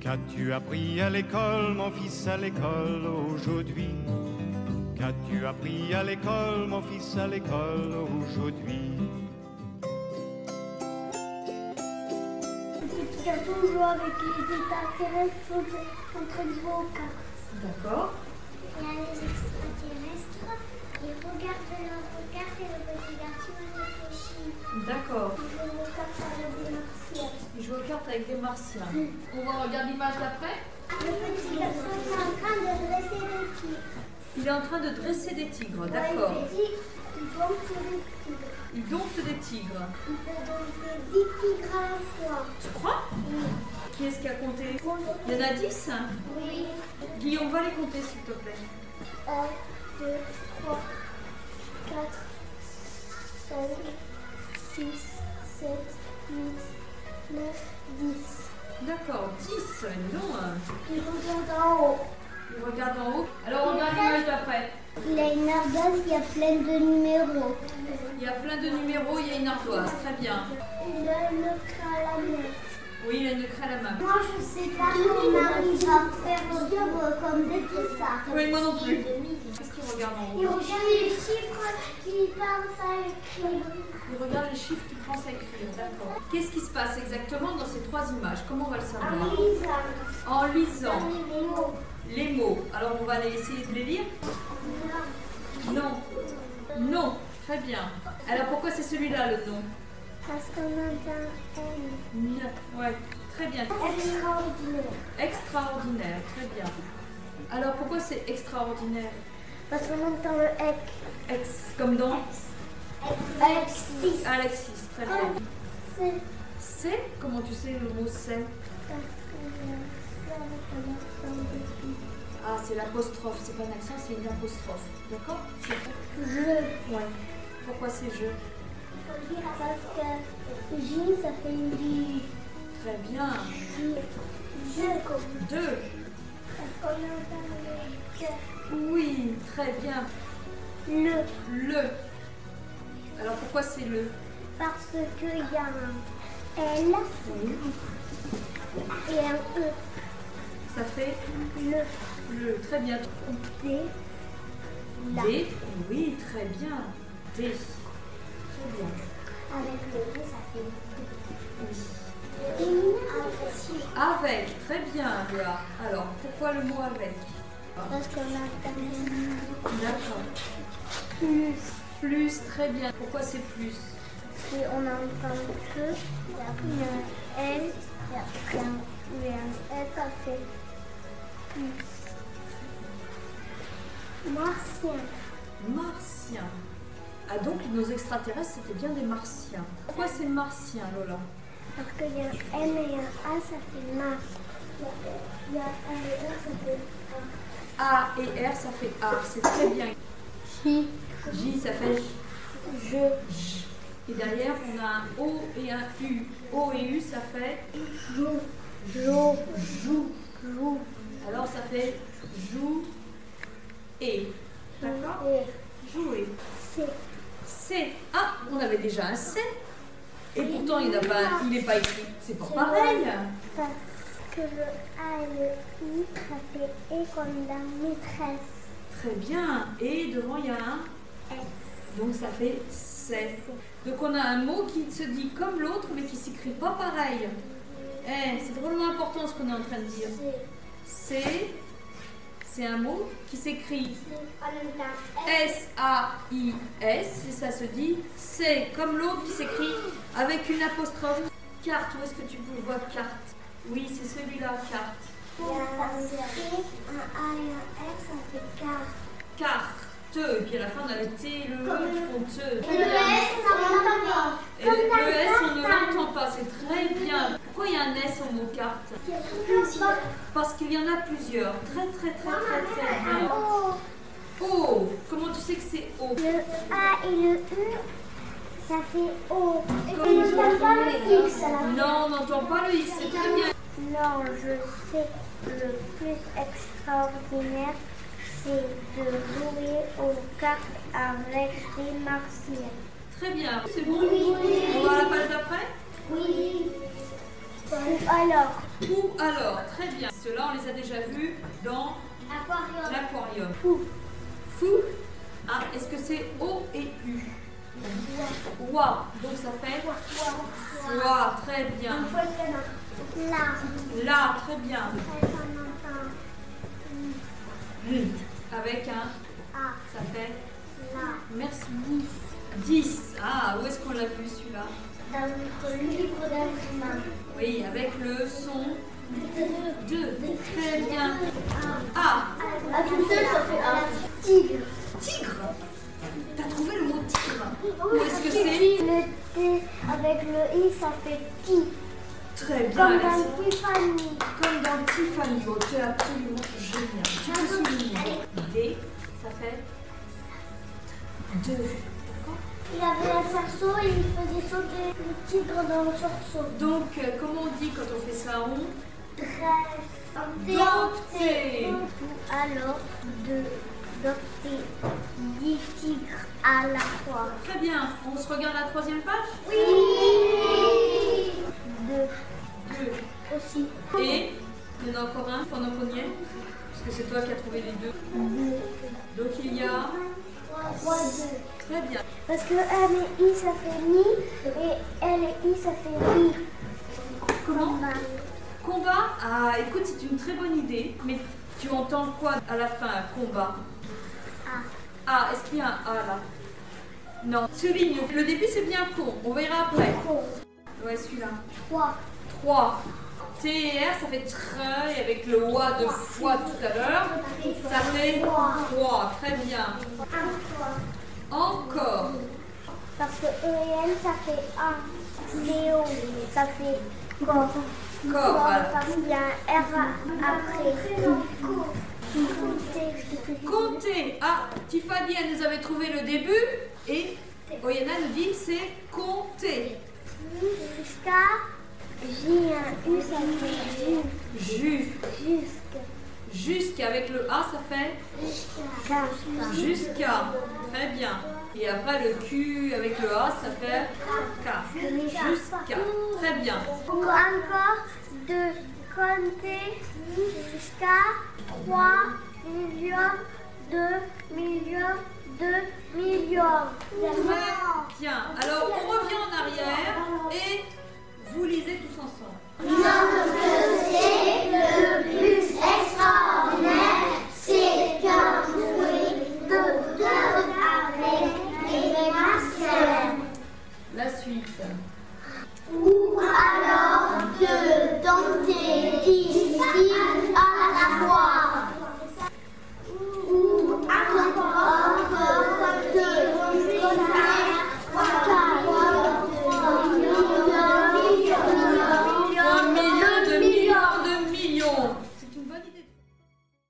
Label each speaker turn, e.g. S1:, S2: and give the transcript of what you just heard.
S1: Qu'as-tu appris à l'école, mon fils, à l'école aujourd'hui Qu'as-tu appris à l'école, mon fils, à l'école aujourd'hui
S2: Les petits garçons jouent avec les extraterrestres en train de jouer aux cartes.
S3: D'accord.
S2: Il y a les extraterrestres, ils regardent leur regard et le petit garçon réfléchit.
S3: D'accord.
S2: Il joue aux cartes avec des martiens.
S3: Je joue aux cartes avec des martiens. On va regarder l'image d'après.
S2: Le petit garçon est en train de dresser des tigres.
S3: Il est en train de dresser des tigres,
S2: Ouais,
S3: d'accord.
S2: Il dit il doit tirer des tigres.
S3: Il dompte des tigres.
S2: Il peut danser 10 tigres à la fois.
S3: Tu crois Qui est-ce qui a compté Il y en a 10
S2: Oui.
S3: Guillaume, va les compter s'il te plaît.
S2: 1, 2, 3, 4, 5, 6, 7, 8, 9, 10.
S3: D'accord, 10, non
S2: Il regarde en haut.
S3: hein. Il regarde en haut. Alors on regarde l'image d'après.
S2: Il a une ardoise, il y a plein de numéros.
S3: Il y a plein de numéros, il y a une ardoise. Très bien.
S2: Il a une craie à la main.
S3: Oui, il a une craie à la main.
S2: Moi, je sais pas comment on arrive à faire le livre comme des dessins.
S3: Oui, moi non plus. Qu'est-ce qu'il regarde en haut
S2: Il regarde les chiffres qui pensent à écrire.
S3: Il regarde les chiffres qu'il pense à écrire. D'accord. Qu'est-ce qui se passe exactement dans ces trois images Comment on va le
S2: En
S3: savoir
S2: lisant.
S3: En lisant
S2: Les mots.
S3: les mots. Alors on va aller essayer de les lire Non. Non. Très bien. Alors pourquoi c'est celui-là le nom
S2: Parce qu'on entend N.
S3: Non. Ouais. Très bien.
S2: Extraordinaire.
S3: Extraordinaire. Très bien. Alors pourquoi c'est extraordinaire
S2: Parce qu'on entend le ex.
S3: Ex comme dans
S2: Ex.
S3: Alexis. Très bien.
S2: C'est
S3: C'est Comment tu sais le mot c'est
S2: parce que
S3: Ah, c'est l'apostrophe. C'est pas un accent, c'est une apostrophe. D'accord C'est-
S2: je Je.
S3: Ouais. Pourquoi c'est je
S2: Faut dire Parce que J, ça fait une vie.
S3: Très bien.
S2: Je. Je comme.
S3: Deux.
S2: Parce qu'on entend
S3: Oui, très bien.
S2: le Le.
S3: Le. Alors pourquoi c'est le
S2: Parce qu'il y a un L et un E.
S3: Ça fait
S2: Le
S3: le. Très bien.
S2: D. Là.
S3: D. Oui, très bien. D. Très bien.
S2: Avec le D, ça fait
S3: Oui.
S2: une avec
S3: Avec. Très bien, Léa. Alors, pourquoi le mot avec
S2: Parce qu'on entend le
S3: D'accord.
S2: plus.
S3: Plus, très bien. Pourquoi c'est plus
S2: Et on entend que il y a une L, il y a un il y a un L, ça fait plus. Martien.
S3: Martien. Ah donc nos extraterrestres c'était bien des martiens. Pourquoi c'est martien, Lola
S2: Parce qu'il y a un M et un A, ça fait Mars. Il y a un et un, ça fait
S3: A et R ça fait A, c'est très bien.
S2: J.
S3: J ça fait J.
S2: Je.
S3: J. Et derrière, on a un O et un U. O et U, ça fait
S2: Joue. Joue.
S3: joue.
S2: Joue.
S3: Alors, ça fait joue et. D'accord
S2: Et
S3: Jouer.
S2: c'est
S3: C. Ah, on avait déjà un C. Et pourtant, il n'est pas, il est pas écrit. C'est pas
S2: C'est
S3: pareil.
S2: parce que le A et le I, ça fait E comme dans maîtresse.
S3: Très bien. Et devant, il y a un.
S2: S.
S3: Donc, ça fait C. Donc, on a un mot qui se dit comme l'autre, mais qui s'écrit pas pareil. Eh, c'est drôlement important ce qu'on est en train de dire. C'est. C'est un mot qui s'écrit S-A-I-S, et ça se dit c'est comme l'autre qui s'écrit avec une apostrophe. Carte, où est-ce que tu peux voir carte Oui, c'est celui-là, carte.
S2: Il y a un C, un A et un F, ça fait quart.
S3: Carte. Et puis à la fin, on a le T, le E qui font te.
S2: Et le S, ça monte pas.
S3: Et le, le S, on ne l'entend pas, c'est très bien. Pourquoi il y a un S au mot carte
S2: Il y a plusieurs.
S3: Parce qu'il y en a plusieurs. Très, très, très, très, très bien.
S2: Oh,
S3: O. Comment tu sais que c'est O
S2: Le A et le U, ça fait O. Et
S3: Comme
S2: on
S3: ils
S2: n'entend
S3: ont
S2: pas le X là.
S3: Non, on n'entend pas le X, c'est très bien.
S2: Non, je sais le plus extraordinaire, c'est de jouer aux cartes avec les martiens.
S3: Très bien. C'est bon On va à la page d'après
S2: Oui. Alors,
S3: Ou alors, très bien, ceux-là, on les a déjà vus dans
S2: Aquarium.
S3: l'aquarium.
S2: Fou.
S3: Fou. Ah, est-ce que c'est O et U Oua. Donc ça fait Oua. Très bien.
S2: Là.
S3: Là, très bien. Avec un,
S2: Ah,
S3: ça fait
S2: là.
S3: merci. 10. Ah, où est-ce qu'on l'a vu celui-là
S2: Dans notre livre d'Alma.
S3: Oui, avec le son
S2: Deux.
S3: 2. Très bien. Ah,
S2: Ah, tout seul, ça fait un. Tigre.
S3: tigre. T'as trouvé le mot tigre
S2: Où
S3: est-ce que
S2: Le T avec le I, ça fait ti.
S3: Très bien.
S2: Comme
S3: Alexis.
S2: dans Tiffany.
S3: Comme dans Tiffany, oh, tu es absolument génial. Tu peux souligner. D, ça fait 2.
S2: Il avait un cerceau et il faisait sauter le tigre dans le cerceau.
S3: Donc, euh, comment on dit quand on fait ça On
S2: Dresse.
S3: Dompter.
S2: Ou alors de dompter dix tigres à la fois.
S3: Très bien. On se regarde la troisième page
S2: Oui. Deux
S3: 2.
S2: aussi.
S3: Et il y en a encore un pendant qu'on y est Parce que c'est toi qui as trouvé les deux.
S2: Deux.
S3: Donc, il y a.
S2: Trois, deux.
S3: Très bien.
S2: Parce que M et I ça fait ni et L et I ça fait ni.
S3: Comment Combat Ah, écoute, c'est une très bonne idée. Mais tu entends quoi à la fin Combat
S2: Ah.
S3: Ah, est-ce qu'il y a un A là Non, souligne. Le début c'est bien con. On verra après. Ouais, celui-là.
S2: 3.
S3: 3. T et R, ça fait tre, et avec le oie de fois tout à l'heure, ça fait 3. Très bien. Encore.
S2: Parce que E et N ça fait 1. Léo ça fait corps.
S3: Corps, voilà.
S2: Parce qu'il y a un R après.
S3: Compter. Ah, Tiffany, elle nous avait trouvé le début, et Oyana nous dit c'est compter.
S2: Jusqu'à J un U ça fait J.
S3: Jus.
S2: Jusqu'à.
S3: Jusqu'avec le A, ça fait
S2: Jusqu'à.
S3: jusqu'à. Très bien. Et après le Q avec le A, ça fait K. Jusqu'à. Très bien.
S2: Encore, encore de compter jusqu'à 3 millions, 2 millions, 2 millions.
S3: Très bien. Alors on revient en arrière et vous lisez tous ensemble. La suite.
S2: Ou alors de tenter d'ici